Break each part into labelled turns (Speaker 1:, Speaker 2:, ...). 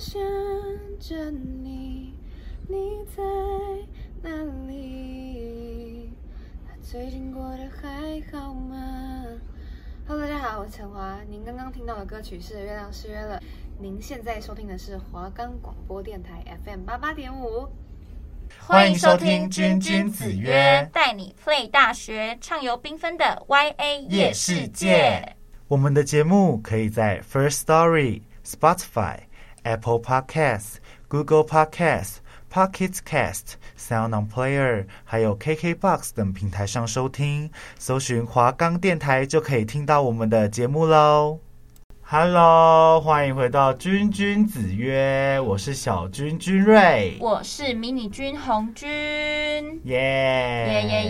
Speaker 1: 想着你，你在哪里？啊最近过得还好吗？Hello，大家好，我是陈华。您刚刚听到的歌曲是《月亮失约了》，您现在收听的是华冈广播电台 FM 八八点五。
Speaker 2: 欢迎收听君君子约
Speaker 3: 带你 play 大学，畅游缤纷的 YA
Speaker 2: 夜世界。我们的节目可以在 First Story、Spotify、Apple Podcasts、Google Podcasts、Pocket Cast、Sound On Player，还有 KKBox 等平台上收听，搜寻华冈电台就可以听到我们的节目喽。Hello，欢迎回到君君子约，我是小君君瑞，
Speaker 3: 我是迷你君红君。
Speaker 2: 耶
Speaker 3: 耶耶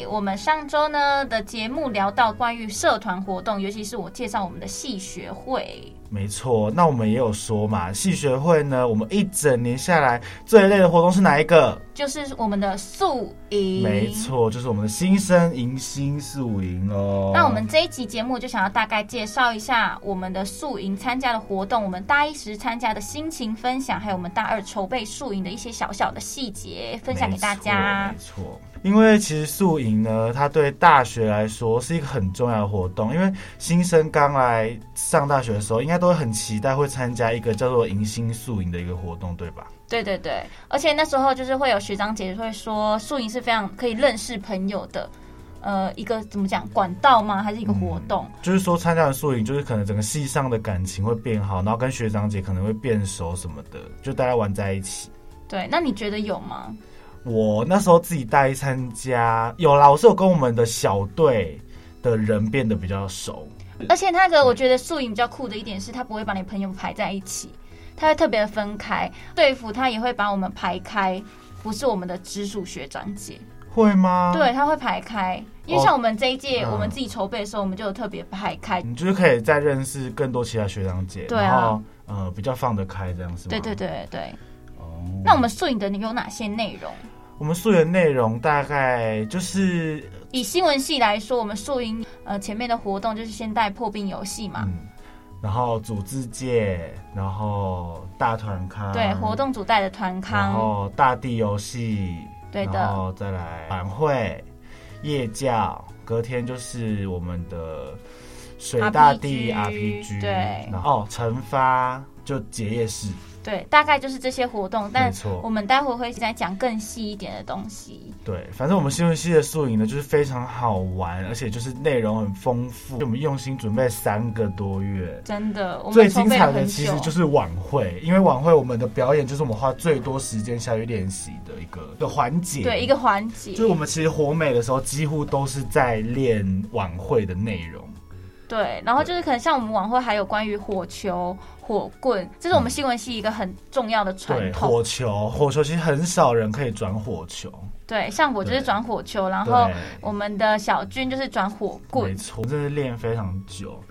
Speaker 3: 耶！我们上周呢的节目聊到关于社团活动，尤其是我介绍我们的系学会，
Speaker 2: 没错，那我们也有说嘛，戏学会呢，我们一整年下来最累的活动是哪一个？
Speaker 3: 就是我们的宿营。
Speaker 2: 没。错，就是我们的新生迎新宿营哦。
Speaker 3: 那我们这一集节目就想要大概介绍一下我们的宿营参加的活动，我们大一时参加的心情分享，还有我们大二筹备宿营的一些小小的细节分享给大家
Speaker 2: 没。错。没错因为其实宿营呢，它对大学来说是一个很重要的活动。因为新生刚来上大学的时候，应该都会很期待会参加一个叫做迎新宿营的一个活动，对吧？
Speaker 3: 对对对，而且那时候就是会有学长姐会说，宿营是非常可以认识朋友的，呃，一个怎么讲管道吗？还是一个活动？
Speaker 2: 就是说参加了宿营，就是可能整个系上的感情会变好，然后跟学长姐可能会变熟什么的，就大家玩在一起。
Speaker 3: 对，那你觉得有吗？
Speaker 2: 我那时候自己大一参加，有啦，我是有跟我们的小队的人变得比较熟。
Speaker 3: 而且那个我觉得宿营比较酷的一点是，他不会把你朋友排在一起，他会特别分开。队服他也会把我们排开，不是我们的直属学长姐，
Speaker 2: 会吗？
Speaker 3: 对，，他会排开。因为像我们这一届，
Speaker 2: 啊嗯
Speaker 3: 我们自己筹备的时候，我们就有特别排开。
Speaker 2: 你就是可以再认识更多其他学长姐，
Speaker 3: 对啊
Speaker 2: 然后呃比较放得开这样是吗？
Speaker 3: 对对。对对。
Speaker 2: 哦，
Speaker 3: 那我们宿营的有哪些内容？
Speaker 2: 我们素颜内容大概嗯就是
Speaker 3: 以新闻系来说，我们宿营呃前面的活动就是先带破冰游戏嘛，
Speaker 2: 嗯，然后组织界，然后大团康，
Speaker 3: 对，活，动组带的团
Speaker 2: 嗯啊然
Speaker 3: 康，
Speaker 2: 后大地游戏，
Speaker 3: 对的
Speaker 2: 然后再来晚会、夜教，隔天就是我们的水大地
Speaker 3: RPG
Speaker 2: RPG，
Speaker 3: 对
Speaker 2: 然后哦惩罚就结业式，
Speaker 3: 对，大概就是这些活动。但
Speaker 2: 没错
Speaker 3: 我们待会会再讲更细一点的东西。
Speaker 2: 对，反正我们新闻系的宿营呢，就是非常好玩，而且就是内容很丰富。我们用心准备三个多月，
Speaker 3: 真的，我
Speaker 2: 最
Speaker 3: 们筹
Speaker 2: 精
Speaker 3: 备了
Speaker 2: 彩
Speaker 3: 很
Speaker 2: 的
Speaker 3: 久
Speaker 2: 其实就是晚会，因为晚会我们的表演就是我们花最多时间下去练习的一个一个环节。
Speaker 3: 对一个环节，
Speaker 2: 就是我们其实活美的时候，几乎都是在练晚会的内容。
Speaker 3: 对，然后就是可能像我们晚会还有关于火球、火棍，这是我们新闻系一个很重要的传
Speaker 2: 对，
Speaker 3: 统。
Speaker 2: 火球，火球其实很少人可以转火球。
Speaker 3: 对，像我就是
Speaker 2: 对
Speaker 3: 转火球，然
Speaker 2: 对嗯
Speaker 3: 后我们的小军就是转火
Speaker 2: 没
Speaker 3: 棍。
Speaker 2: 错，真的练非常久，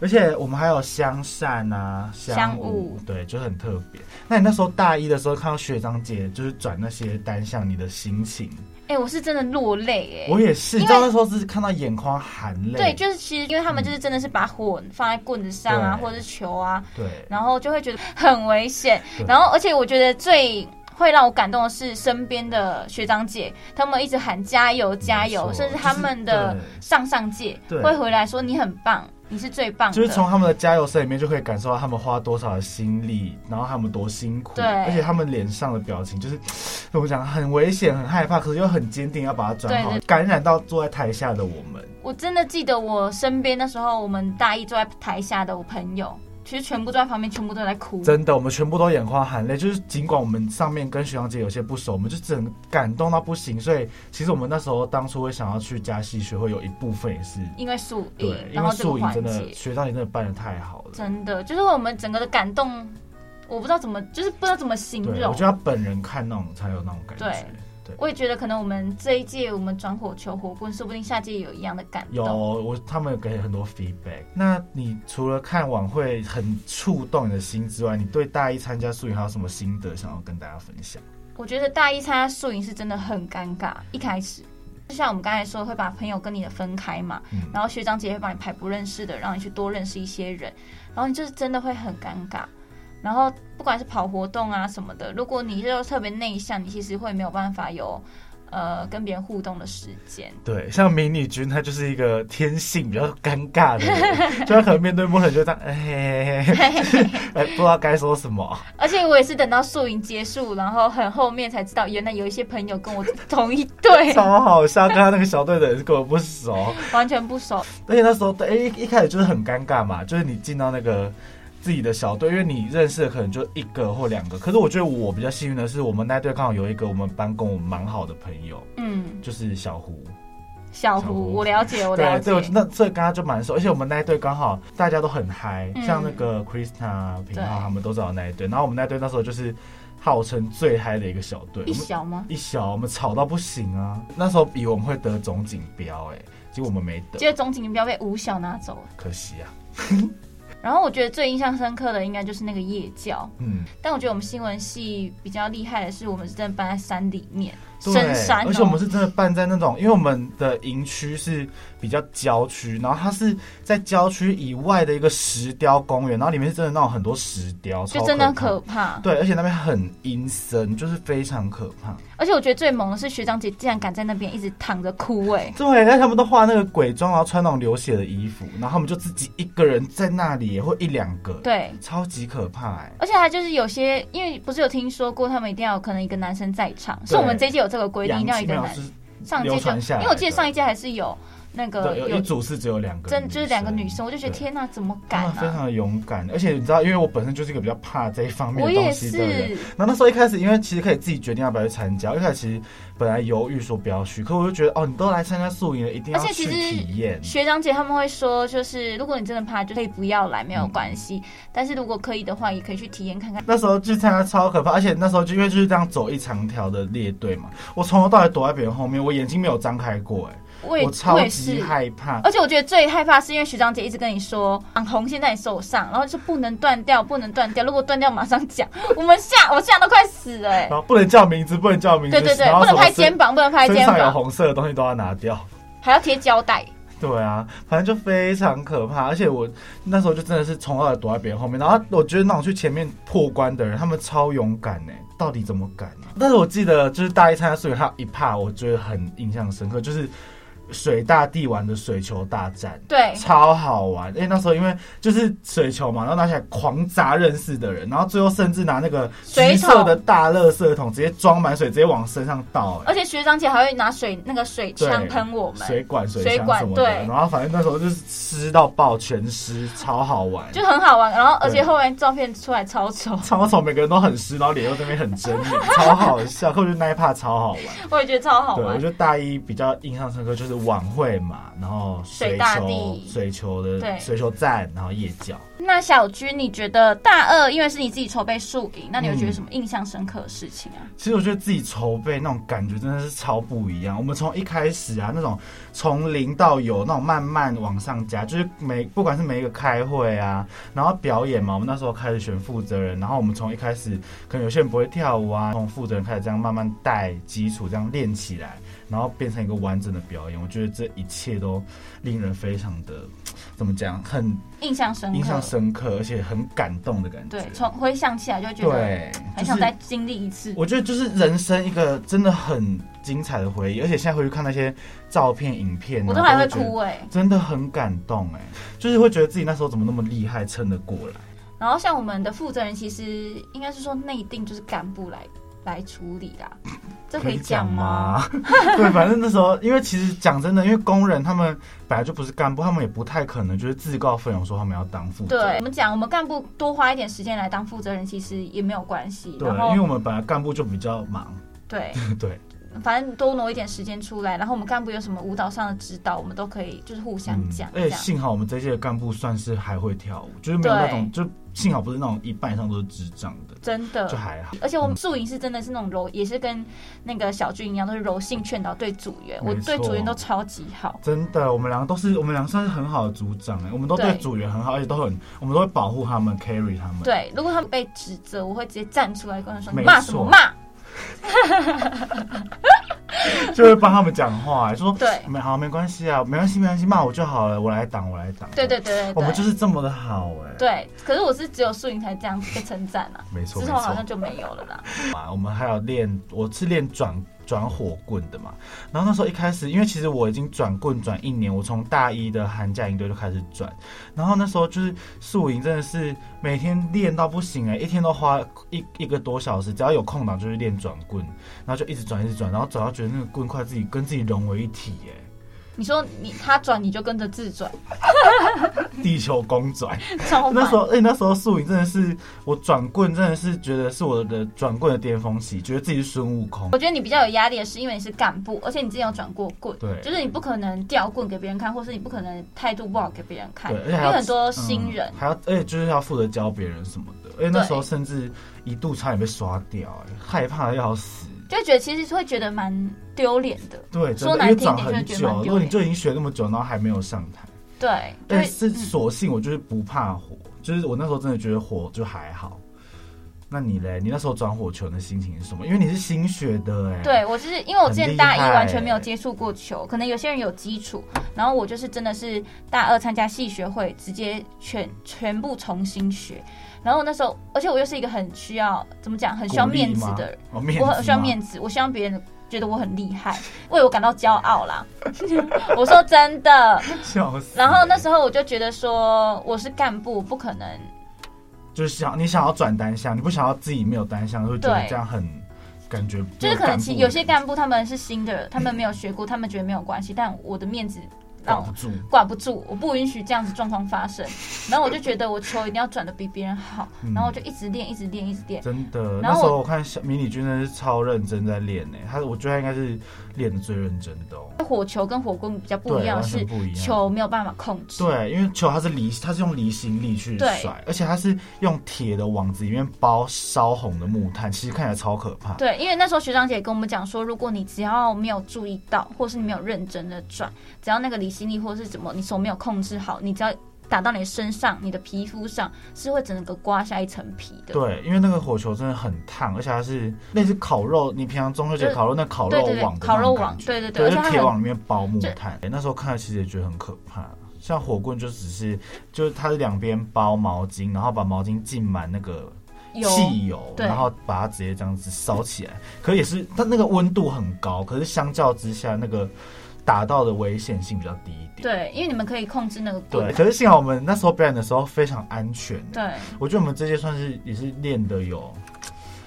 Speaker 2: 而且我们还有香扇啊、
Speaker 3: 香
Speaker 2: 舞
Speaker 3: 舞，
Speaker 2: 对，就很特别。那你那时候大一的时候看到学长姐就是转那些单项，你的心情，
Speaker 3: 哎、我是真的落泪哎、
Speaker 2: 我也是，
Speaker 3: 因为
Speaker 2: 你知道那时候是看到眼眶含泪，
Speaker 3: 对，就是其实因为他们就是真的是把火放在棍子上啊，
Speaker 2: 对
Speaker 3: 或者是球啊，
Speaker 2: 对
Speaker 3: 然后就会觉得很危险
Speaker 2: 对。
Speaker 3: 然后，而且我觉得最会让我感动的是身边的学长姐，他们一直喊加油加
Speaker 2: 没
Speaker 3: 油，
Speaker 2: 错
Speaker 3: 甚至他们的
Speaker 2: 就是对
Speaker 3: 上上届
Speaker 2: 对
Speaker 3: 会回来说你很棒，你是最棒的。
Speaker 2: 就是从他们的加油声里面就可以感受到他们花多少的心力，然后他们多辛苦，
Speaker 3: 对
Speaker 2: 而且他们脸上的表情就是 怎么讲，很危险、很害怕，可是又很坚定要把它转好
Speaker 3: 对，
Speaker 2: 感染到坐在台下的我们。
Speaker 3: 我真的记得我身边那时候我们大一坐在台下的我朋友，其实全部坐在旁边，全部都在哭。
Speaker 2: 真的，我们全部都眼眶含泪。就是尽管我们上面跟学长姐有些不熟，我们就只能感动到不行。所以其实我们那时候当初会想要去加戏学会，有一部分也是
Speaker 3: 因为宿营
Speaker 2: 对，，因
Speaker 3: 然
Speaker 2: 为
Speaker 3: 后这个
Speaker 2: 宿营
Speaker 3: 环
Speaker 2: 真的
Speaker 3: 节
Speaker 2: 学长姐真的办的太好了。
Speaker 3: 真的就是我们整个的感动，我不知道怎么，就是不知道怎么形
Speaker 2: 对，
Speaker 3: 容
Speaker 2: 我觉。得他本人看那种才有那种感觉
Speaker 3: 对。我也觉得可能我们这一届我们转火球火棍，说不定下届有一样的感
Speaker 2: 有
Speaker 3: 动。
Speaker 2: 我，他们有给很多 feedback。那你除了看晚会很触动你的心之外，你对大一参加宿营还有什么心得想要跟大家分享？
Speaker 3: 我觉得大一参加宿营是真的很尴尬，一开始就像我们刚才说，会把朋友跟你的分开嘛，
Speaker 2: 嗯
Speaker 3: 然后学长姐会把你排不认识的，让你去多认识一些人，然后你就是真的会很尴尬。然后不管是跑活动啊什么的，如果你又特别内向，你其实会没有办法有呃跟别人互动的时间。
Speaker 2: 对，像迷你君，他就是一个天性比较尴尬的人，就他可能面对陌生人就这样，哎、嘿嘿嘿就是哎不知道该说什么。，
Speaker 3: 而且我也是等到宿营结束，然后很后面才知道，原来有一些朋友跟我同一队
Speaker 2: 超好笑，跟他那个小队的人根本不熟，
Speaker 3: 完全不熟。
Speaker 2: 而且那时候对，哎、一一开始就是很尴尬嘛，就是你进到那个自己的小队，因为你认识的可能就一个或两个。可是我觉得我比较幸运的是，我们那队刚好有一个我们班跟我蛮好的朋友，
Speaker 3: 嗯，
Speaker 2: 就是小胡。
Speaker 3: 小
Speaker 2: 小
Speaker 3: 胡，
Speaker 2: 胡
Speaker 3: 我了解，我了解
Speaker 2: 对，对，我。那这跟他就蛮熟，而且我们那一队刚好大家都很嗨、
Speaker 3: 嗯
Speaker 2: 像那个 Krista、平啊
Speaker 3: 对
Speaker 2: 浩他们都知道那一队，然后我们那一队那时候就是号称最嗨的一个小队，
Speaker 3: 一
Speaker 2: 我们
Speaker 3: 小吗？
Speaker 2: 一小，我们吵到不行啊！那时候以为我们会得总锦标、哎，结果我们没得，
Speaker 3: 结果总锦标被五小拿走了。
Speaker 2: 可惜啊。
Speaker 3: 然后我觉得最印象深刻的应该就是那个夜教，
Speaker 2: 嗯，
Speaker 3: 但我觉得我们新闻系比较厉害的是，我们是真的搬在山里面，
Speaker 2: 对
Speaker 3: 深山、哦，
Speaker 2: 而且我们是真的办在那种，因为我们的营区是比较郊区，然后它是在郊区以外的一个石雕公园，然后里面是真的那种很多石雕，
Speaker 3: 就
Speaker 2: 超
Speaker 3: 真的
Speaker 2: 可怕
Speaker 3: 可怕。
Speaker 2: 对，而且那边很阴森，就是非常可怕。
Speaker 3: 而且我觉得最猛的是学长姐竟然敢在那边一直躺着哭、哎，
Speaker 2: 对，但他们都化那个鬼妆，然后穿那种流血的衣服，然后他们就自己一个人在那里，或一两个，，
Speaker 3: 对。
Speaker 2: 超级可怕哎、
Speaker 3: 而且还就是有些，因为不是有听说过他们一定要有可能一个男生在场，
Speaker 2: 对
Speaker 3: 是我们这一届有这个规定，一
Speaker 2: 氧
Speaker 3: 定要有一
Speaker 2: 气
Speaker 3: 个
Speaker 2: 没有
Speaker 3: 男
Speaker 2: 是，
Speaker 3: 上一
Speaker 2: 流
Speaker 3: 届就，
Speaker 2: 传下来
Speaker 3: 因
Speaker 2: 的
Speaker 3: 为我记得上一届还是呃有那个
Speaker 2: 对，有一组是只有两个女生，
Speaker 3: 真就是两个女生，我就觉得
Speaker 2: 对
Speaker 3: 天呐，怎么
Speaker 2: 他
Speaker 3: 敢
Speaker 2: 们非
Speaker 3: 啊？
Speaker 2: 常的勇敢，而且你知道，因为我本身就是一个比较怕这一方面
Speaker 3: 我
Speaker 2: 的
Speaker 3: 也
Speaker 2: 东西的人，
Speaker 3: 是，
Speaker 2: 然后那时候一开始，因为其实可以自己决定要不要去参加，一开始其实本来犹豫说不要去，可我就觉得哦，你都来参加宿营了，一定要
Speaker 3: 而且
Speaker 2: 去
Speaker 3: 其实
Speaker 2: 体验。
Speaker 3: 学长姐他们会说，就是如果你真的怕，就可以不要来，
Speaker 2: 嗯
Speaker 3: 没有关系。但是如果可以的话，也可以去体验看看。
Speaker 2: 那时候去参加超可怕，而且那时候就因为就是这样走一长条的列队嘛，我从头到尾躲在别人后面，我眼睛没有张开过、哎，
Speaker 3: 我也
Speaker 2: 我超
Speaker 3: 也
Speaker 2: 级
Speaker 3: 是。
Speaker 2: 害怕。
Speaker 3: 而且我觉得最害怕是因为学长姐一直跟你说，网红现在你手上，然后就是不能断掉，不能断掉。如果断掉，马上讲。我们吓，我吓都快死了、欸
Speaker 2: 然。后不能叫名字，不能叫名字，
Speaker 3: 对对对
Speaker 2: 啊然，后
Speaker 3: 不能
Speaker 2: 什么
Speaker 3: 拍
Speaker 2: 身
Speaker 3: 肩膀，不能拍
Speaker 2: 身
Speaker 3: 肩
Speaker 2: 上有
Speaker 3: 膀，
Speaker 2: 红色的东西都要拿掉。
Speaker 3: 还要贴胶带。
Speaker 2: 对啊，反正就非常可怕，而且我那时候就真的是从头到尾躲在别人后面，然后我觉得那种去前面破关的人，他们超勇敢呢、欸到底怎么敢呢、但是我记得就是大一参加水友还有一趴，我觉得很印象深刻，就是水大地玩的水球大战。
Speaker 3: 对，
Speaker 2: 超好玩，因为那时候因为就是水球嘛，然后拿起来狂砸认识的人，然后最后甚至拿那个橘
Speaker 3: 水桶
Speaker 2: 色的大垃圾桶直接装满水，直接往身上倒、
Speaker 3: 而
Speaker 2: 哎
Speaker 3: 且学长姐还会拿水那个水枪
Speaker 2: 对
Speaker 3: 喷我们，
Speaker 2: 水管、水
Speaker 3: 水
Speaker 2: 箱
Speaker 3: 管
Speaker 2: 什么的，
Speaker 3: 对
Speaker 2: 然后反正那时候就是湿到爆，全湿，超好玩，
Speaker 3: 就很好玩。然后而且
Speaker 2: 对
Speaker 3: 后面照片出来超 丑，
Speaker 2: 超丑，每个人都很湿，然后脸又这边很狰 狞，超好笑。可我觉得那一趴超好玩，
Speaker 3: 我也觉得超好
Speaker 2: 对我
Speaker 3: 玩
Speaker 2: 觉。得大一比较印象深刻就是晚会嘛，然后
Speaker 3: 水
Speaker 2: 水
Speaker 3: 大
Speaker 2: 球
Speaker 3: 地、
Speaker 2: 水球
Speaker 3: 对
Speaker 2: 的水球站，然后夜教。
Speaker 3: 那小军，你觉得大二因为是你自己筹备宿营，那你有觉得什么印象深刻的事情啊？
Speaker 2: 其实我觉得自己筹备那种感觉真的是超不一样。我们从一开始啊，那种从零到有那种慢慢往上加，就是每不管是每一个开会啊，然后表演嘛，我们那时候开始选负责人，然后我们从一开始可能有些人不会跳舞啊，从负责人开始这样慢慢带基础，这样练起来，然后变成一个完整的表演。我觉得这一切都令人非常的怎么讲，很
Speaker 3: 印象深刻，
Speaker 2: 印象深刻，而且很感动的感觉。
Speaker 3: 对，从回想起来就会觉得
Speaker 2: 对，
Speaker 3: 很
Speaker 2: 就
Speaker 3: 想
Speaker 2: 是
Speaker 3: 再经历一次。
Speaker 2: 我觉得就是人生一个真的很精彩的回忆，而且现在回去看那些照片、影片啊，
Speaker 3: 我都还会
Speaker 2: 觉得
Speaker 3: 哭哎、
Speaker 2: 真的很感动哎、就是会觉得自己那时候怎么那么厉害，撑得过来。
Speaker 3: 然后像我们的负责人，其实应该是说内定就是干部来来处理 啦，这
Speaker 2: 可以
Speaker 3: 讲吗？？
Speaker 2: 对，反正那时候，因为其实讲真的，因为工人他们本来就不是干部，他们也不太可能就是自告奋勇说他们要当副。
Speaker 3: 对我，们讲，我们干部多花一点时间来当负责人，其实也没有关系。
Speaker 2: 对
Speaker 3: 然，后
Speaker 2: 因为我们本来干部就比较忙，
Speaker 3: 对，
Speaker 2: 对，
Speaker 3: 反正多挪一点时间出来，然后我们干部有什么舞蹈上的指导，我们都可以就是互相讲。
Speaker 2: 嗯而且
Speaker 3: 这样
Speaker 2: 幸好我们这届的干部算是还会跳舞，就是没有那种，就幸好不是那种一半以上都是智障的，
Speaker 3: 真
Speaker 2: 就
Speaker 3: 的。
Speaker 2: 还好。
Speaker 3: 而且我们宿营是真的是那种柔，也是跟那个小军一样，都是柔性劝导对组员，我
Speaker 2: 没
Speaker 3: 对
Speaker 2: 错
Speaker 3: 组员都超级好。
Speaker 2: 真的，我们两个都是，我们两个算是很好的组长哎、我们都
Speaker 3: 对
Speaker 2: 对组员很好，而且都很，我们都会保护他们，carry 他们。，
Speaker 3: 对，如果他们被指责，我会直接站出来跟他说：“你
Speaker 2: 没
Speaker 3: 骂什么
Speaker 2: 错
Speaker 3: 骂？”
Speaker 2: 就会帮他们讲话，欸说
Speaker 3: 对
Speaker 2: 没好没关系啊，没关系没关系，骂我就好了，我来挡我来挡。
Speaker 3: 对对对对
Speaker 2: 我
Speaker 3: 对
Speaker 2: 们就是这么的好哎、
Speaker 3: 对，可是我是只有素影才这样子被称赞啊，
Speaker 2: 没错
Speaker 3: 之
Speaker 2: 没
Speaker 3: 后
Speaker 2: 错
Speaker 3: 好像就没有了啦。
Speaker 2: 啊，我们还有练，我是练转转火棍的嘛。然后那时候一开始，因为其实我已经转棍转一年，我从大一的寒假营队就开始转。然后那时候就是宿营，真的是每天练到不行哎、一天都花一一个多小时，只要有空档就去练转棍，然后就一直转一直转，然后转到觉得那个棍快自己跟自己融为一体哎、
Speaker 3: 你说你他转你就跟着自 转，
Speaker 2: 地球公转。
Speaker 3: 超
Speaker 2: 那
Speaker 3: 烦
Speaker 2: 时。候，哎、那时候素影真的是我转棍，真的是觉得是我的转棍的巅峰期，觉得自己是孙悟空
Speaker 3: 我。觉得你比较有压力的是，因为你是干部，而且你之前有转过棍，
Speaker 2: 对
Speaker 3: 就是你不可能掉棍给别人看，或是你不可能态度不好给别人看，
Speaker 2: 对，而且
Speaker 3: 因
Speaker 2: 还
Speaker 3: 为
Speaker 2: 要
Speaker 3: 很多新人
Speaker 2: 嗯，还要，而且就是要负责教别人什么的。而且那时候甚至一度差点被刷掉、哎害怕的要死。
Speaker 3: 就会觉得其实会觉得蛮丢脸的，
Speaker 2: 对，真
Speaker 3: 说
Speaker 2: 的，
Speaker 3: 难
Speaker 2: 因为
Speaker 3: 听
Speaker 2: 转
Speaker 3: 点
Speaker 2: 很
Speaker 3: 就是觉得蛮
Speaker 2: 久，啊
Speaker 3: 丢
Speaker 2: 如果你
Speaker 3: 脸
Speaker 2: 就已经学那么久，然后还没有上台，
Speaker 3: 对，就
Speaker 2: 但
Speaker 3: 会
Speaker 2: 是
Speaker 3: 嗯
Speaker 2: 索性我就是不怕火，就是我那时候真的觉得火就还好。那你嘞？你那时候转火球的心情是什么？因为你是新学的、哎，
Speaker 3: 对我就是因为我之前大一
Speaker 2: 很厉害
Speaker 3: 完全没有接触过球，可能有些人有基础，然后我就是真的是大二参加系学会，直接全全部重新学。然后那时候，而且我又是一个很需要怎么讲，很需要
Speaker 2: 鼓励
Speaker 3: 面子
Speaker 2: 吗
Speaker 3: 的人，，
Speaker 2: 哦、面
Speaker 3: 我
Speaker 2: 子
Speaker 3: 很需要
Speaker 2: 吗
Speaker 3: 面子，我希望别人觉得我很厉害，为我感到骄傲啦。 我说真的，
Speaker 2: 笑死。
Speaker 3: 然后那时候我就觉得说我是干部，不可能
Speaker 2: 就是想你想要转单项，你不想要自己没有单项，会觉得
Speaker 3: 对
Speaker 2: 这样很感觉
Speaker 3: 就是可能其
Speaker 2: 没
Speaker 3: 有些
Speaker 2: 干
Speaker 3: 干部他们是新的，他们没有学过，他们觉得没有关系，但我的面子
Speaker 2: 部
Speaker 3: 让
Speaker 2: 管
Speaker 3: 我
Speaker 2: 不住，
Speaker 3: 挂不住，我不允许这样子状况发生。然后我就觉得我球一定要转的比别人好，
Speaker 2: 嗯
Speaker 3: 然后我就一直练，一直练，一直练。
Speaker 2: 真的。那
Speaker 3: 然后我
Speaker 2: 时候我看小迷你君真的是超认真在练呢、他我觉得他应该是练的最认真的哦。
Speaker 3: 火球跟火棍比较不一
Speaker 2: 对，
Speaker 3: 样
Speaker 2: 完
Speaker 3: 的
Speaker 2: 全
Speaker 3: 是，
Speaker 2: 不一样。
Speaker 3: 球没有办法控制。
Speaker 2: 对，因为球它是离，它是用离心力去
Speaker 3: 对
Speaker 2: 甩，而且它是用铁的网子里面包烧红的木炭，其实看起来超可怕。
Speaker 3: 对，因为那时候学长姐跟我们讲说，如果你只要没有注意到，或是你没有认真的转，只要那个离心力或是怎么，你手没有控制好，你只要打到你的身上、你的皮肤上，是会整个刮下一层皮的。
Speaker 2: 对，因为那个火球真的很烫，而且它是类似烤肉，你平常中秋节
Speaker 3: 就是
Speaker 2: 烤肉那烤
Speaker 3: 对
Speaker 2: 肉
Speaker 3: 对对
Speaker 2: 网的
Speaker 3: 烤
Speaker 2: 那
Speaker 3: 肉
Speaker 2: 种感
Speaker 3: 网，
Speaker 2: 觉
Speaker 3: 对对对，
Speaker 2: 对，
Speaker 3: 而且
Speaker 2: 就
Speaker 3: 它
Speaker 2: 铁
Speaker 3: 很
Speaker 2: 网里面包木
Speaker 3: 就
Speaker 2: 炭、欸那时候看了其实也觉得很可怕。像火棍就只是，就是它是两边包毛巾，然后把毛巾浸满那个
Speaker 3: 油，
Speaker 2: 汽油，
Speaker 3: 对
Speaker 2: 然后把它直接这样子烧起来。可也是，它那个温度很高，可是相较之下，那个打到的危险性比较低一点。
Speaker 3: 对，因为你们可以控制那个棍
Speaker 2: 对，。可是幸好我们那时候表演的时候非常安全。
Speaker 3: 对，
Speaker 2: 我觉得我们这些算是也是练的有，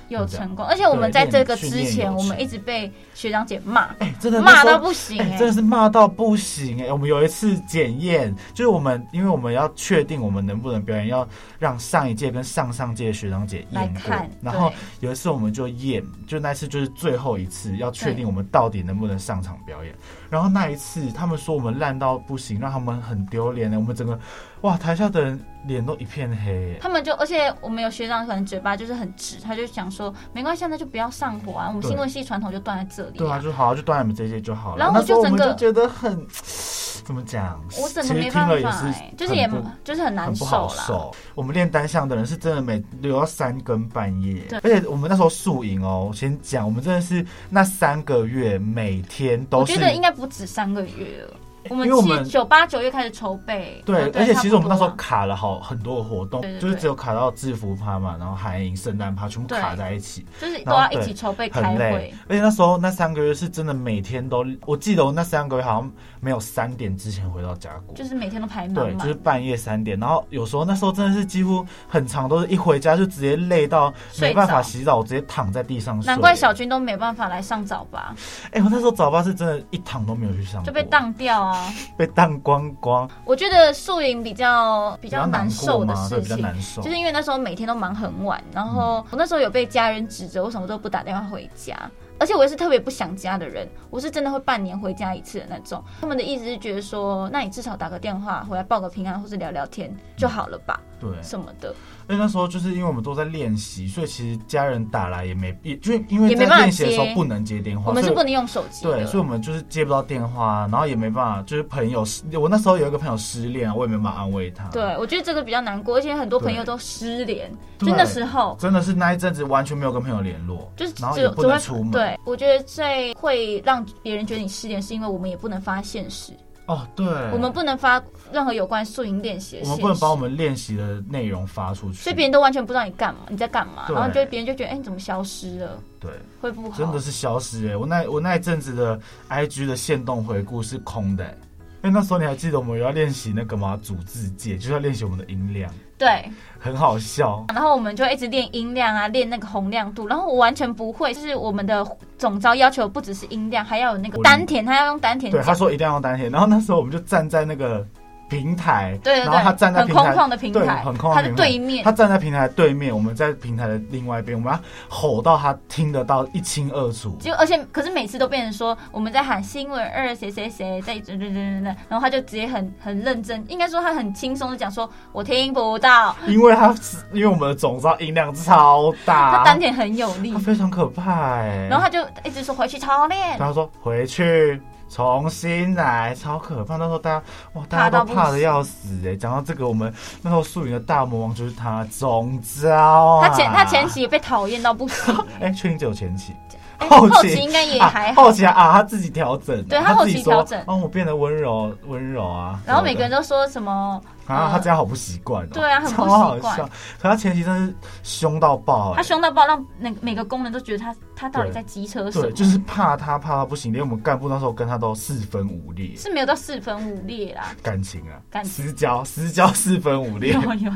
Speaker 3: 有成功，而且我们在这个之前，我们一直被学长姐骂，
Speaker 2: 哎、真的那
Speaker 3: 骂
Speaker 2: 时候
Speaker 3: 到不行
Speaker 2: 哎、
Speaker 3: 哎、
Speaker 2: 真的是骂到不行哎、我们有一次检验，就是我们因为我们要确定我们能不能表演，要让上一届跟上上届的学长姐
Speaker 3: 来
Speaker 2: 验过
Speaker 3: 看。
Speaker 2: 然后
Speaker 3: 对
Speaker 2: 有一次我们就验，就那次就是最后一次，要确
Speaker 3: 对
Speaker 2: 定我们到底能不能上场表演。然后那一次他们说我们烂到不行，让他们很丢脸的。我们整个哇，台下的人脸都一片黑、哎
Speaker 3: 他们就，而且我们有学长可能嘴巴就是很直，他就想说没关系，那就不要上火啊，我们
Speaker 2: 对
Speaker 3: 新闻系传统就断在这里、
Speaker 2: 对啊，就好啊，就断你们这些就好了。
Speaker 3: 然后
Speaker 2: 那时候
Speaker 3: 我
Speaker 2: 我
Speaker 3: 就
Speaker 2: 们
Speaker 3: 整
Speaker 2: 就
Speaker 3: 个
Speaker 2: 觉得很 怎么讲，
Speaker 3: 我整
Speaker 2: 其
Speaker 3: 个
Speaker 2: 实
Speaker 3: 没
Speaker 2: 听
Speaker 3: 办
Speaker 2: 了也
Speaker 3: 法、
Speaker 2: 是
Speaker 3: 哎，就是
Speaker 2: 很
Speaker 3: 也
Speaker 2: 不
Speaker 3: 就是很难
Speaker 2: 很不
Speaker 3: 受
Speaker 2: 好
Speaker 3: 啦。
Speaker 2: 受。我们练单项的人是真的每留到三更半夜
Speaker 3: 对，
Speaker 2: 而且我们那时候宿营哦，我先讲，我们真的是那三个月每天都
Speaker 3: 我
Speaker 2: 是
Speaker 3: 觉，得应该不止三个月了，我们
Speaker 2: 哦因为我们
Speaker 3: 七九八九月开始筹备，
Speaker 2: 对，
Speaker 3: 哦
Speaker 2: 而且其实我们那时候
Speaker 3: 差不多啊
Speaker 2: 卡了好很多的活动，
Speaker 3: 对对对
Speaker 2: 就是只有卡到制服趴嘛，然后韩营、圣诞趴全部
Speaker 3: 对
Speaker 2: 卡在一起，
Speaker 3: 就是都
Speaker 2: 然后
Speaker 3: 要一
Speaker 2: 对
Speaker 3: 起筹备开
Speaker 2: 很累
Speaker 3: 会，。
Speaker 2: 而且那时候那三个月是真的每天都，我记得我那三个月好像没有三点之前回到家过
Speaker 3: 就。是每天都排满
Speaker 2: 对，就
Speaker 3: 满
Speaker 2: 是，半夜三点，然后有时候那时候真的是几乎很长，都是一回家就直接累到
Speaker 3: 睡
Speaker 2: 没办法
Speaker 3: 着
Speaker 2: 洗澡，我直接躺在地上睡。
Speaker 3: 难怪小军都没办法来上早八，
Speaker 2: 哎、我那时候早八是真的，一堂都没有去上过，
Speaker 3: 就被当掉啊。
Speaker 2: 被当光光，
Speaker 3: 我觉得宿营比较比
Speaker 2: 比
Speaker 3: 较难受的
Speaker 2: 嘛，对，
Speaker 3: 事
Speaker 2: 比较
Speaker 3: 情，
Speaker 2: 难受，
Speaker 3: 就是因为那时候每天都忙很晚，然后
Speaker 2: 嗯
Speaker 3: 我那时候有被家人指责，我什么都不打电话回家。而且我也是特别不想家的人，我是真的会半年回家一次的那种。他们的意思是觉得说，那你至少打个电话回来报个平安，或是聊聊天就好了吧？
Speaker 2: 对，
Speaker 3: 什么的，
Speaker 2: 而且那时候就是因为我们都在练习，所以其实家人打来也没，也就因为
Speaker 3: 也
Speaker 2: 在
Speaker 3: 没办法
Speaker 2: 练习的时候
Speaker 3: 接
Speaker 2: 不能接电话，
Speaker 3: 我们是
Speaker 2: 哦所以
Speaker 3: 不能用手机的。
Speaker 2: 对，所以我们就是接不到电话，然后也没办法，就是朋友失，我那时候有一个朋友失恋，啊我也没办法安慰他。
Speaker 3: 对，我觉得这个比较难过，而且很多朋友
Speaker 2: 对
Speaker 3: 都失联，就
Speaker 2: 对
Speaker 3: 那时候
Speaker 2: 真的是那一阵子完全没有跟朋友联络，
Speaker 3: 就是只
Speaker 2: 然后也
Speaker 3: 有
Speaker 2: 不
Speaker 3: 只
Speaker 2: 能
Speaker 3: 会
Speaker 2: 出门。
Speaker 3: 对，我觉得最会让别人觉得你失联，是因为我们也不能发现实，
Speaker 2: 哦，对，
Speaker 3: 我们不能发任何有关宿营练习的
Speaker 2: 我
Speaker 3: 现
Speaker 2: 们
Speaker 3: 实，
Speaker 2: 不能把我们练习的内容发出去，
Speaker 3: 所以别人都完全不知道你干嘛，你在干嘛，
Speaker 2: 对
Speaker 3: 然后就别人就觉得，哎、你怎么消失了？
Speaker 2: 对，
Speaker 3: 会不好，
Speaker 2: 真的是消失哎、我那我那一阵子的 IG 的限动回顾是空的、欸，因为那时候你还记得我们有要练习那个吗？组字界就是要练习我们的音量，
Speaker 3: 对。
Speaker 2: 很好笑。
Speaker 3: 然后我们就一直练音量啊，练那个洪亮度。然后我完全不会，就是我们的总招要求不只是音量，还要有那个
Speaker 2: 我
Speaker 3: 丹田，他要用丹田
Speaker 2: 对，他
Speaker 3: 讲。
Speaker 2: 说一定要用丹田，然后那时候我们就站在那个平台，
Speaker 3: 对对
Speaker 2: 然后他站
Speaker 3: 对，
Speaker 2: 在
Speaker 3: 很
Speaker 2: 平
Speaker 3: 空
Speaker 2: 台。
Speaker 3: 旷的平
Speaker 2: 对，
Speaker 3: 台，
Speaker 2: 很空旷
Speaker 3: 他
Speaker 2: 的
Speaker 3: 的
Speaker 2: 平台
Speaker 3: 对面
Speaker 2: 他，站在平台的对面，我们在平台的另外一边，我们要吼到他听得到一清二楚。
Speaker 3: 就而且可是每次都变成说我们在喊新闻二谁谁谁在等等等等，然后他就直接很很认真，应该说他很轻松的讲说，我听不到，
Speaker 2: 因为他是因为我们的总招音量超大，
Speaker 3: 他丹田很有力
Speaker 2: 他，非常可怕哎、
Speaker 3: 然后他就一直说回去操练
Speaker 2: 然，后他说回去重新来，超可怕。那时候大家哇，
Speaker 3: 怕
Speaker 2: 大
Speaker 3: 到
Speaker 2: 家
Speaker 3: 不
Speaker 2: 都
Speaker 3: 行
Speaker 2: 怕的要死哎、讲到这个，我们那时候素云的大魔王就是他总招、啊，
Speaker 3: 他前他前期也被讨厌到不 行，
Speaker 2: 哎，确定只有前期，
Speaker 3: 哎
Speaker 2: 后
Speaker 3: 后
Speaker 2: 期
Speaker 3: 期应该也
Speaker 2: 啊
Speaker 3: 还好
Speaker 2: 后。期啊啊，他自己调整，
Speaker 3: 对他
Speaker 2: 他
Speaker 3: 后
Speaker 2: 自
Speaker 3: 期
Speaker 2: 己说
Speaker 3: 调整
Speaker 2: 哦，我变得温柔温柔啊，
Speaker 3: 然后每个人
Speaker 2: 都
Speaker 3: 都说什么，
Speaker 2: 啊，
Speaker 3: 嗯
Speaker 2: 他这样好不习惯哦，
Speaker 3: 对啊很不
Speaker 2: 超好
Speaker 3: 习惯
Speaker 2: 笑。可他前期真是凶到爆、
Speaker 3: 他
Speaker 2: 哎。
Speaker 3: 凶到爆，让那个每个工人都觉得他他到底在机车什
Speaker 2: 对，
Speaker 3: 么，
Speaker 2: 就是怕他怕他不行，连我们干部那时候跟他都四分五裂，
Speaker 3: 是没有到四分五裂 啦。
Speaker 2: 感情啊，
Speaker 3: 感情
Speaker 2: 私交私交四分五裂
Speaker 3: 有。有有，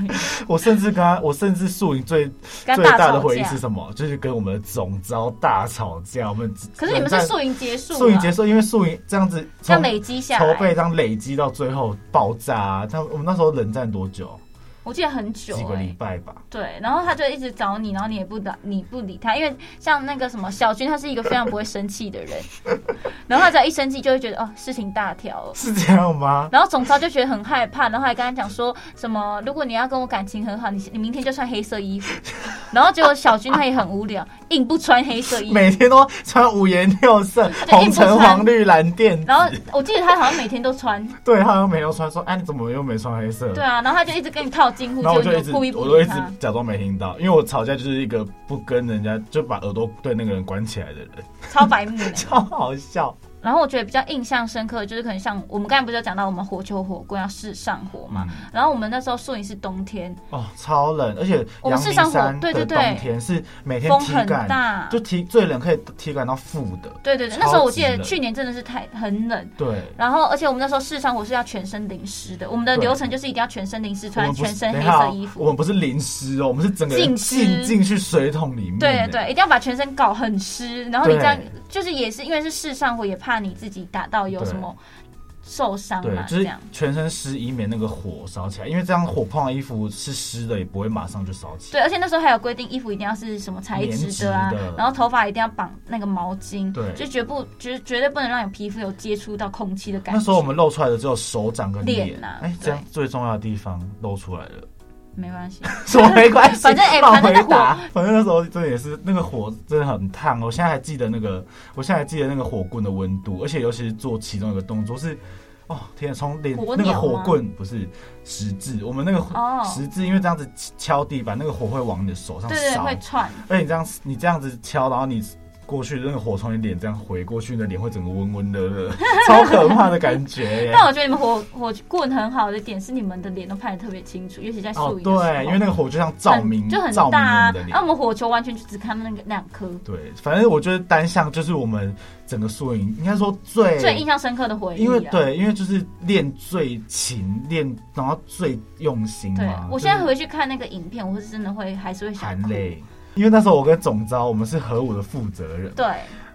Speaker 2: 我甚至跟他，我甚至宿营最
Speaker 3: 跟
Speaker 2: 最
Speaker 3: 他
Speaker 2: 大
Speaker 3: 大
Speaker 2: 的
Speaker 3: 吵
Speaker 2: 回忆
Speaker 3: 架
Speaker 2: 是。什么？就是跟我们的总招大吵架。我们
Speaker 3: 可是你们是宿营结束，
Speaker 2: 宿营结束，因为宿营这样子
Speaker 3: 要
Speaker 2: 从
Speaker 3: 累积下
Speaker 2: 筹备
Speaker 3: 来，
Speaker 2: 这样累积到最后爆炸、啊。他我们那时候冷战多久？
Speaker 3: 我记得很久
Speaker 2: 几个
Speaker 3: 哎、
Speaker 2: 礼拜吧。
Speaker 3: 对，然后他就一直找你，然后你也不打，你不理他，因为像那个什么小军，他是一个非常不会生气的人， 然后他只要一生气就会觉得哦事情大条了。
Speaker 2: 是这样吗？
Speaker 3: 然后总招就觉得很害怕，然后还跟他讲说什么，如果你要跟我感情很好，你你明天就穿黑色衣服。 然后结果小军他也很无聊，硬不穿黑色 衣服。
Speaker 2: 每天都穿五颜六 色，
Speaker 3: 对
Speaker 2: 红橙黄绿蓝靛。
Speaker 3: 然后我记得他好像每天都穿，
Speaker 2: 对，他好像没有穿，说哎，你怎么又没穿黑色？
Speaker 3: 对啊，然后他就一直跟你套近乎，
Speaker 2: 然后我
Speaker 3: 结果
Speaker 2: 就一
Speaker 3: 你
Speaker 2: 直，
Speaker 3: 就故意不
Speaker 2: 我就
Speaker 3: 理
Speaker 2: 一直
Speaker 3: 他。
Speaker 2: 假装没听到，因为我吵架就是一个不跟人家就把耳朵对那个人关起来的人，
Speaker 3: 超白目的。
Speaker 2: 超好笑。
Speaker 3: 然后我觉得比较印象深刻的就是可能像我们刚才不是有讲到我们火球火锅要试上火嘛，
Speaker 2: 嗯
Speaker 3: 然后我们那时候宿营是冬天，
Speaker 2: 哦，超冷，而且
Speaker 3: 我们
Speaker 2: 阳
Speaker 3: 是
Speaker 2: 明
Speaker 3: 上火
Speaker 2: 山
Speaker 3: 对对
Speaker 2: 的
Speaker 3: 对
Speaker 2: 冬天是每天
Speaker 3: 风
Speaker 2: 体
Speaker 3: 很
Speaker 2: 感
Speaker 3: 大，
Speaker 2: 就体最冷可以体感到负的，
Speaker 3: 对对对，那时候我记得去年真的是太很冷。
Speaker 2: 对。
Speaker 3: 然后，而且我们那时候试上火是要全身淋湿的，我们的
Speaker 2: 对
Speaker 3: 流程就是一定要全身淋湿，
Speaker 2: 我
Speaker 3: 穿
Speaker 2: 们不
Speaker 3: 全
Speaker 2: 是
Speaker 3: 身
Speaker 2: 等
Speaker 3: 黑
Speaker 2: 一下
Speaker 3: 色
Speaker 2: 哦
Speaker 3: 衣
Speaker 2: 我
Speaker 3: 服。
Speaker 2: 们不是淋湿哦，我们是整个人
Speaker 3: 浸湿
Speaker 2: 浸进去水桶里面。
Speaker 3: 对对，
Speaker 2: 哎，
Speaker 3: 一定要把全身搞很湿，然后你
Speaker 2: 对
Speaker 3: 这样就是也是因为是试上火，也怕你自己打到有什么受伤
Speaker 2: 对
Speaker 3: 嘛，，
Speaker 2: 就
Speaker 3: 这
Speaker 2: 是
Speaker 3: 样。
Speaker 2: 全身湿，以免那个火烧起来，因为这样火碰到衣服是湿的，也不会马上就烧起来。
Speaker 3: 对，而且那时候还有规定，衣服一定要是什么材质的啊
Speaker 2: 棉质的，
Speaker 3: 然后头发一定要绑那个毛巾，
Speaker 2: 对
Speaker 3: 就绝不绝绝对不能让你皮肤有接触到空气的感觉。
Speaker 2: 那时候我们露出来的只有手掌跟
Speaker 3: 脸
Speaker 2: 脸
Speaker 3: 啊，
Speaker 2: 哎，这样
Speaker 3: 对
Speaker 2: 最重要的地方露出来了。
Speaker 3: 没关系，
Speaker 2: 什么没关系，
Speaker 3: 反正哎
Speaker 2: 乱
Speaker 3: 反正那
Speaker 2: 回答反正那时候真的也是那个火真的很烫，我现在还记得那个，我现在还记得那个火棍的温度，而且尤其是做其中一个动作是，哦天啊，从脸
Speaker 3: 火
Speaker 2: 那
Speaker 3: 鸟
Speaker 2: 个
Speaker 3: 吗
Speaker 2: 火棍不是十字，我们那个
Speaker 3: 哦
Speaker 2: 十字因为这样子敲地板，那个火会往你的手上
Speaker 3: 对对，
Speaker 2: 烧，
Speaker 3: 会串，
Speaker 2: 而且你这样你这样子敲，然后你。过去那个火从你脸这样回过去，你的脸会整个温温热热， 超可怕的感觉 耶。
Speaker 3: 但我觉得你们火火棍很好的点是你们的脸都拍的特别清楚，尤其在
Speaker 2: 哦
Speaker 3: 树，影的时候、
Speaker 2: 对，因为那个火就像照明，
Speaker 3: 很就很
Speaker 2: 照明
Speaker 3: 大
Speaker 2: 我
Speaker 3: 啊
Speaker 2: 们的。脸。
Speaker 3: 那、我们火球完全就只看到那个两颗。
Speaker 2: 对，反正我觉得单项就是我们整个宿营应该说最
Speaker 3: 最印象深刻的回忆、啊，
Speaker 2: 因为对，因为就是练最勤，练然后最用心
Speaker 3: 对
Speaker 2: 嘛。
Speaker 3: 我
Speaker 2: 就是
Speaker 3: 现在回去看那个影片，我是真的会还是会想
Speaker 2: 嗯含
Speaker 3: 哭。
Speaker 2: 泪，因为那时候我跟总招我们是合舞的负责人
Speaker 3: 对，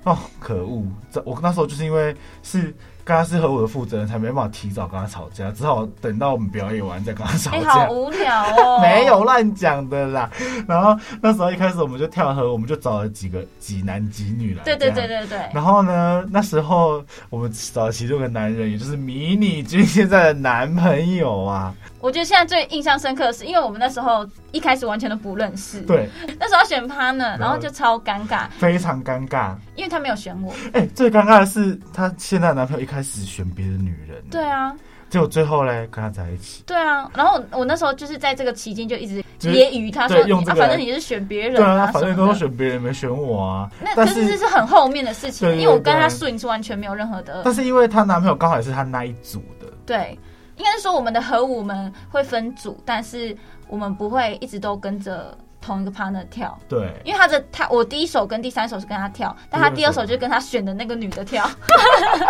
Speaker 2: 哦，可恶！这我那时候就是因为是刚刚是和我的负责人才没办法提早跟他吵架，只好等到我们表演完再跟他吵
Speaker 3: 哎、
Speaker 2: 架。
Speaker 3: 好。无聊哦
Speaker 2: 没有乱讲的啦。然后那时候一开始我们就跳河，我们就找了几个几男几女来。
Speaker 3: 对对
Speaker 2: 这
Speaker 3: 对
Speaker 2: 样。
Speaker 3: 对对，
Speaker 2: 然后呢，那时候我们找了其中一个男人，也就是迷你君现在的男朋友啊。
Speaker 3: 我觉得现在最印象深刻的是，因为我们那时候一开始完全都不认识，，
Speaker 2: 对，
Speaker 3: 那时候要选 partner，
Speaker 2: 后
Speaker 3: 然后就超尴尬，
Speaker 2: 非常尴尬。
Speaker 3: 因为他没有选我。
Speaker 2: 哎、最尴尬的是，她现在的男朋友一开始选别的女人，
Speaker 3: 对，啊，
Speaker 2: 结果最后嘞跟她在一起。
Speaker 3: 对啊，然后我我那时候就是在这个期间就一直
Speaker 2: 就是
Speaker 3: 揶揄他
Speaker 2: 对
Speaker 3: 说，
Speaker 2: 用这
Speaker 3: 啊
Speaker 2: 个来
Speaker 3: 反正你是选别人
Speaker 2: 对啊，
Speaker 3: 什
Speaker 2: 反
Speaker 3: 么
Speaker 2: 正都
Speaker 3: 的。
Speaker 2: 选别人，没选我啊。
Speaker 3: 那
Speaker 2: 但
Speaker 3: 可是这是很后面的事情，
Speaker 2: 对对
Speaker 3: 因为我跟
Speaker 2: 对
Speaker 3: 他顺是完全没有任何的
Speaker 2: 但是因为她男朋友刚好也是她那一组的，
Speaker 3: 对，应该是说我们的核武我们会分组，但是我们不会一直都跟着同一个 partner 跳。
Speaker 2: 对，
Speaker 3: 因为他的他，我第一首跟第三首是跟他跳，但他
Speaker 2: 第
Speaker 3: 第
Speaker 2: 二
Speaker 3: 二
Speaker 2: 首
Speaker 3: 首就跟他选的那个女的跳。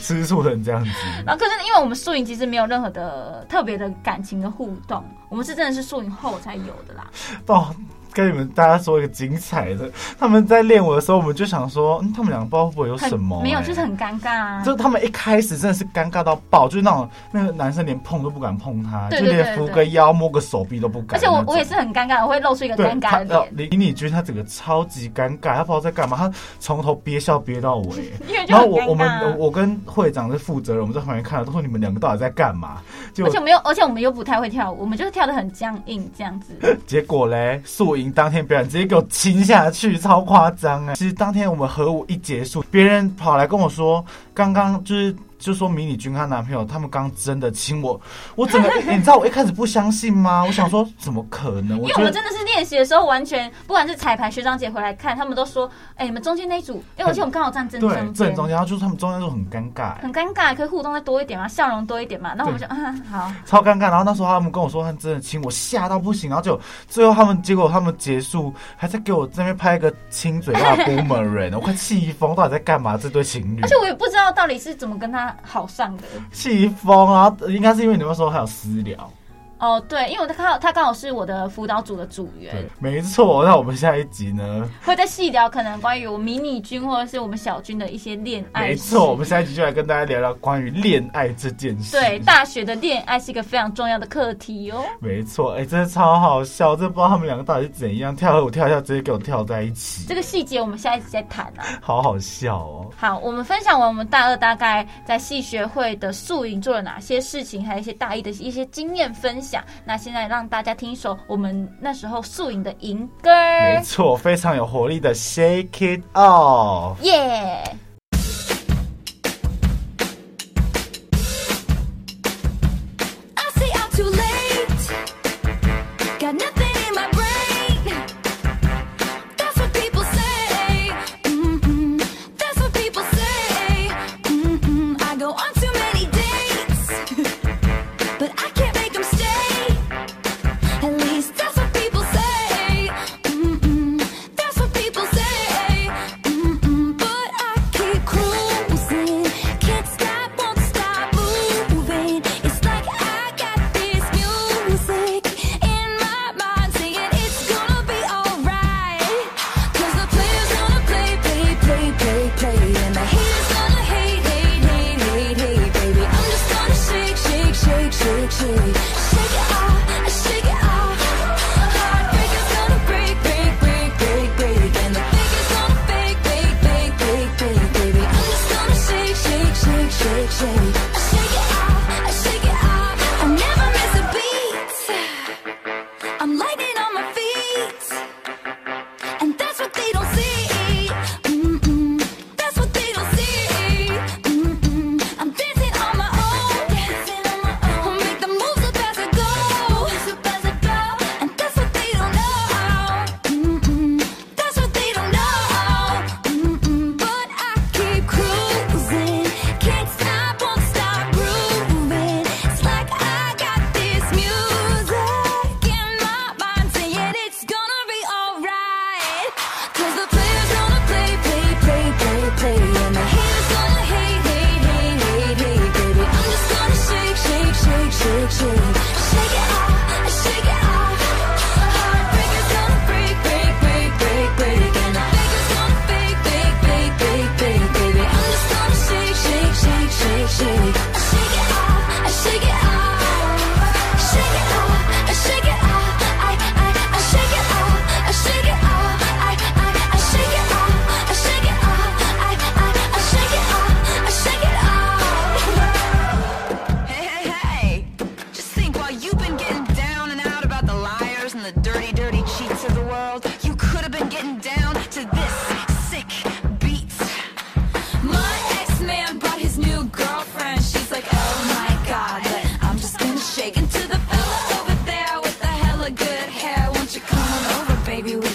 Speaker 2: 吃醋成这样子。
Speaker 3: 然后可是因为我们宿营其实没有任何的特别的感情的互动，我们是真的是宿营后才有的啦。
Speaker 2: 哦，跟你们大家说一个精彩的，他们在练舞的时候，我们就想说，嗯，他们两个不知道会不会有
Speaker 3: 很
Speaker 2: 什么、
Speaker 3: 没有，
Speaker 2: 哎
Speaker 3: 就是。很尴尬啊。
Speaker 2: 就他们一开始真的是尴尬到爆，就是那种那个男生连碰都不敢碰她，
Speaker 3: 对对
Speaker 2: 就
Speaker 3: 对
Speaker 2: 连扶
Speaker 3: 对
Speaker 2: 个腰、摸个手臂都不敢
Speaker 3: 而
Speaker 2: 那
Speaker 3: 且
Speaker 2: 种。
Speaker 3: 我我也是很尴尬，我会露出一个
Speaker 2: 对
Speaker 3: 尴尬的
Speaker 2: 他呃
Speaker 3: 脸，
Speaker 2: 李李李君她整个超级尴尬，她不知道在干嘛，她从头憋笑憋到尾。哎
Speaker 3: 因 为就
Speaker 2: 然后
Speaker 3: 很
Speaker 2: 我我
Speaker 3: 尴
Speaker 2: 们
Speaker 3: 尬啊。
Speaker 2: 我我跟会长是负责人，我们在旁边看了，都说你们两个到底在干嘛？结
Speaker 3: 而且
Speaker 2: 果
Speaker 3: 我们又，而且我们又不太会跳舞，我们就是跳的很僵硬这样子。
Speaker 2: 结果嘞，宿营当天表演直接给我亲下去，超夸张哎！其实当天我们合舞一结束，别人跑来跟我说，刚刚就是。就说迷你君跟她男朋友，他们刚真的亲我，我整个、 欸你知道我一开始不相信吗？我想说怎么可能？我
Speaker 3: 因为
Speaker 2: 觉
Speaker 3: 我们
Speaker 2: 得
Speaker 3: 真的是练习的时候，完全不管是彩排学长姐回来看，他们都说：“哎、你们中间那一组，哎、而且我们刚好站正中
Speaker 2: 对
Speaker 3: 间，
Speaker 2: 正中间，然后就是他们中间就很尴尬、欸
Speaker 3: 很尴尬，可以互动再多一点嘛，笑容多一点嘛。”那我们就啊，好，
Speaker 2: 超尴尬。然后那时候他们跟我说他们真的亲我，吓到不行。然后就最后他们结果他们结束还在给我这边拍一个亲嘴 巴的 boomerang，我快气疯，到底在干嘛？这对情侣
Speaker 3: 而且我也不知道到底是怎么跟他好上的。
Speaker 2: 气疯啊！应该是因为你们那时候还有私聊，
Speaker 3: 哦，对，因为我刚好他刚好是我的辅导组的组员
Speaker 2: 对，，没错。那我们下一集呢？
Speaker 3: 会在细聊可能关于我迷你军或者是我们小军的一些恋爱。
Speaker 2: 没错，我。们下一集就来跟大家聊聊关于恋爱这件事。
Speaker 3: 对，大学的恋爱是一个非常重要的课题哦。
Speaker 2: 没错，哎、真的超好笑，真的不知道他们两个到底是怎样跳舞跳一下，直接给我跳在一起
Speaker 3: 这，个细节我们下一集再谈啊。
Speaker 2: 好好笑哦。
Speaker 3: 好，我们分享完我们大二大概在系学会的宿营做了哪些事情，还有一些大一的一些经验分享。那现在让大家听一首我们那时候宿营的营歌儿，
Speaker 2: 没错，非常有活力的 Shake It Off。
Speaker 3: 耶
Speaker 4: I say I'm too late. Got nothing in my brain. That's what people say. Mm-mm. That's what people say. Mm-mm. I go on too many dates, but I can't make them stay. At least that's what people say. Mm-mm. That's what people say. Mm-mm. But I can't.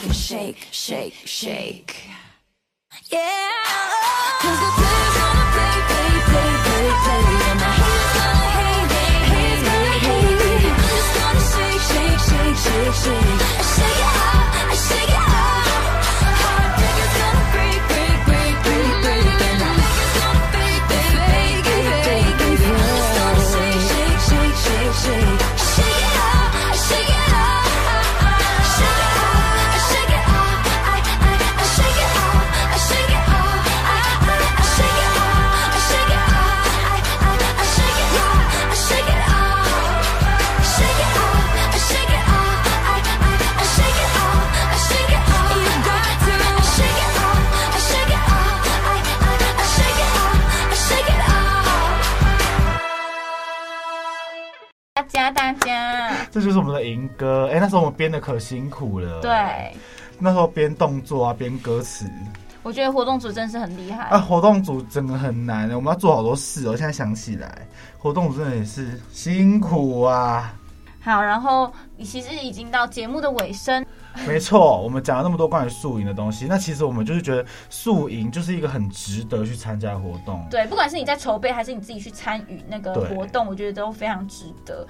Speaker 4: "Oh shake, shake, shake. Yeah. 'Cause the play's gonna play, play, play, play, play, and the haters gonna hate, hate, hate, hate, hate. I'm just gonna shake, shake, shake, shake, shake. I shake it out, I shake it out. Heartbreakers gonna break, break, break, break, break, and the fakers gonna fake, fake, fake, fake, fake. I'm just gonna shake, shake, shake, shake, shake. I shake it out, I shake it out. I shake it out, I shake it out. I, I, I shake it out, I shake it out. I, I, I shake it out, I shake it out. I, I, I shake it out, I shake it out. Shake it out, I shake it out. I, I, I shake it out, I shake it out. You got to shake it out, I shake it out. I, I, I shake it out, I shake it out.
Speaker 3: 大家大家，
Speaker 2: 这就是我们的银歌。哎、那时候我们编的可辛苦了。，
Speaker 3: 对，
Speaker 2: 那时候编动作啊，编歌词
Speaker 3: 我觉得活动组真的是很厉害。
Speaker 2: 啊，活动组整个很难，我们要做好多事哦。现在想起来，活动组真的也是辛苦 啊。
Speaker 3: 好，然后其实已经到节目的尾声，
Speaker 2: 没错，我们讲了那么多关于宿营的东西，那其实我们就是觉得宿营就是一个很值得去参加的活动。
Speaker 3: 对，不管是你在筹备还是你自己去参与那个
Speaker 2: 对
Speaker 3: 活动，我觉得都非常值得，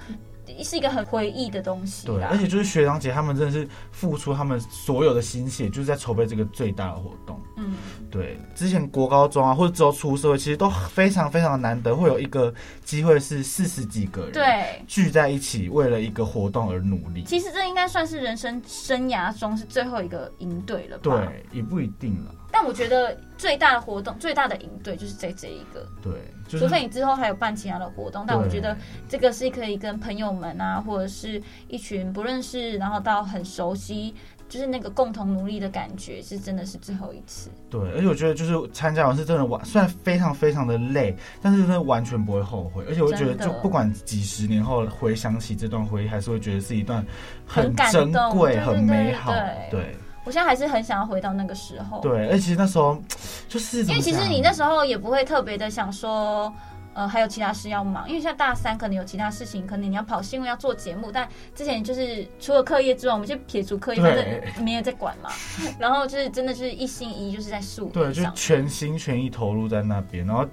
Speaker 3: 是一个很回忆的东西
Speaker 2: 对，
Speaker 3: 啦
Speaker 2: 啊而。且就是学长姐他们真的是付出他们所有的心血，就是在筹备这个最大的活动。
Speaker 3: 嗯，
Speaker 2: 对，之前国高中啊，或者之后出社会，其实都非常非常难得，会有一个机会是四十几个人
Speaker 3: 对。
Speaker 2: 聚在一起，为了一个活动而努力。
Speaker 3: 其实这应该算是人生生涯中是最后一个营队了吧？
Speaker 2: 对，也不一定了。
Speaker 3: 但我觉得最大的活动、最大的营队就是这这一个，
Speaker 2: 对，就
Speaker 3: 除
Speaker 2: 是
Speaker 3: 非你之后还有办其他的活动，但我
Speaker 2: 对
Speaker 3: 觉得这个是可以跟朋友们啊，或者是一群不认识，然后到很熟悉，就是那个共同努力的感觉，是真的是最后一次。
Speaker 2: 对，而且我觉得就是参加完是真的完，虽然非常非常的累，但是真的完全不会后悔。而且我会觉得，
Speaker 3: 真的
Speaker 2: 就不管几十年后回想起这段回忆，还是会觉得是一段
Speaker 3: 很感
Speaker 2: 珍
Speaker 3: 动
Speaker 2: 贵、
Speaker 3: 对
Speaker 2: 很
Speaker 3: 对
Speaker 2: 美
Speaker 3: 对
Speaker 2: 好。对
Speaker 3: 对我现在还是很想要回到那个时候，
Speaker 2: 对，而且其实那时候就是
Speaker 3: 因
Speaker 2: 怎
Speaker 3: 为
Speaker 2: 么
Speaker 3: 其实
Speaker 2: 讲
Speaker 3: 你那时候也不会特别的想说。呃，还有其他事要忙，因为像大三可能有其他事情，可能你要跑新闻，要做节目，但之前就是除了课业之外，我们就撇除课业，反
Speaker 2: 对
Speaker 3: 正没有在管 嘛。然后就是真的就是一心一意就是在树
Speaker 2: 对，就
Speaker 3: 上，
Speaker 2: 全心全意投入在那边，然后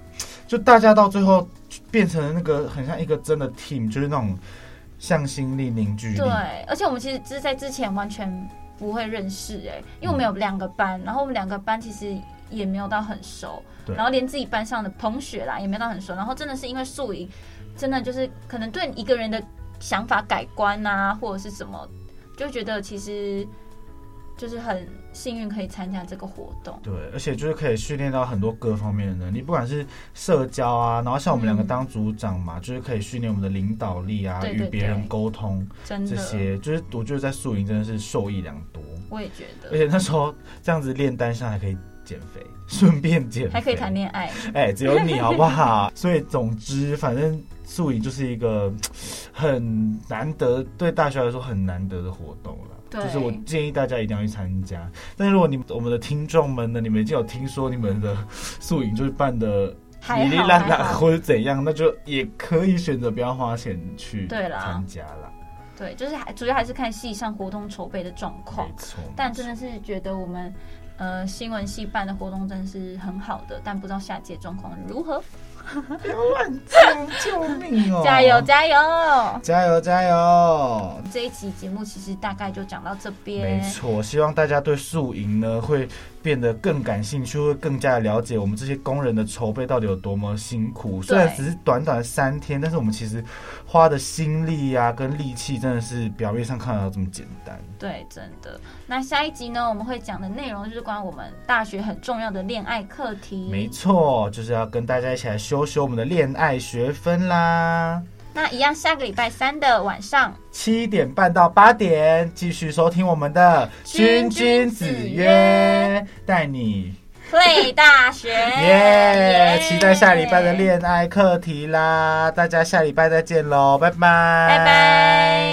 Speaker 2: 就大家到最后变成了那个很像一个真的 team，就是那种向心力、凝聚力。
Speaker 3: 对，而且我们其实只是在之前完全不会认识哎、因为我们有两个班，然后我们两个班其实也没有到很熟，
Speaker 2: 对
Speaker 3: 然后连自己班上的同学啦也没有到很熟，然后真的是因为宿营，真的就是可能对一个人的想法改观啊，或者是什么，就觉得其实就是很幸运可以参加这个活动。
Speaker 2: 对，而且就是可以训练到很多各方面的能力，不管是社交啊，然后像我们两个
Speaker 3: 嗯
Speaker 2: 当组长嘛，就是可以训练我们的领导力啊，
Speaker 3: 对
Speaker 2: 与
Speaker 3: 对
Speaker 2: 别人
Speaker 3: 对
Speaker 2: 沟通
Speaker 3: 真
Speaker 2: 这
Speaker 3: 的，
Speaker 2: 些，就是我觉得在宿营真的是受益良多，
Speaker 3: 我也觉
Speaker 2: 而
Speaker 3: 得
Speaker 2: 且那时候这样子练单上还可以减肥，顺便减肥，
Speaker 3: 还可以谈恋爱，
Speaker 2: 哎、只有你好不好？ 所以总之，反正宿营就是一个很难得，对大学来说很难得的活动了。
Speaker 3: 对
Speaker 2: 就是我建议大家一定要去参加。但是如果你们我们的听众们呢，你们已经有听说你们的宿营就是办的
Speaker 3: 还
Speaker 2: 哩哩
Speaker 3: 好
Speaker 2: 啦
Speaker 3: 还
Speaker 2: 啦
Speaker 3: 好，
Speaker 2: 或者怎样，那就也可以选择不要花钱去
Speaker 3: 对啦
Speaker 2: 参加啦。
Speaker 3: 对，就是还主要还是看系上活动筹备的状况
Speaker 2: 没。错，
Speaker 3: 但真的是觉得我们呃新闻系办的活动真的是很好的，但不知道下届状况如何。
Speaker 2: 不要 乱讲，救命 哦！
Speaker 3: 加油加油！
Speaker 2: 加油加油！
Speaker 3: 这一期节目其实大概就讲到这
Speaker 2: 没
Speaker 3: 边。
Speaker 2: 错，希望大家对宿营呢会变得更感兴趣，会更加了解我们这些工人的筹备到底有多么辛苦。虽然只是短短的三天，但是我们其实花的心力呀、跟力气真的是表面上看到这么简单。
Speaker 3: 对，真的。那下一集呢，我们会讲的内容就是关于我们大学很重要的恋爱课题。
Speaker 2: 没错，就是要跟大家一起来修修我们的恋爱学分啦。
Speaker 3: 那一样，下个礼拜三的晚上，
Speaker 2: 七点半到八点，继续收听我们的《君
Speaker 3: 君
Speaker 2: 君
Speaker 3: 君
Speaker 2: 子
Speaker 3: 子
Speaker 2: 曰》，带你
Speaker 3: play 大 学，
Speaker 2: 耶
Speaker 3: 耶！
Speaker 2: 期待下礼拜的，恋爱课题啦，大家下礼拜再见喽，拜拜，
Speaker 3: 拜拜。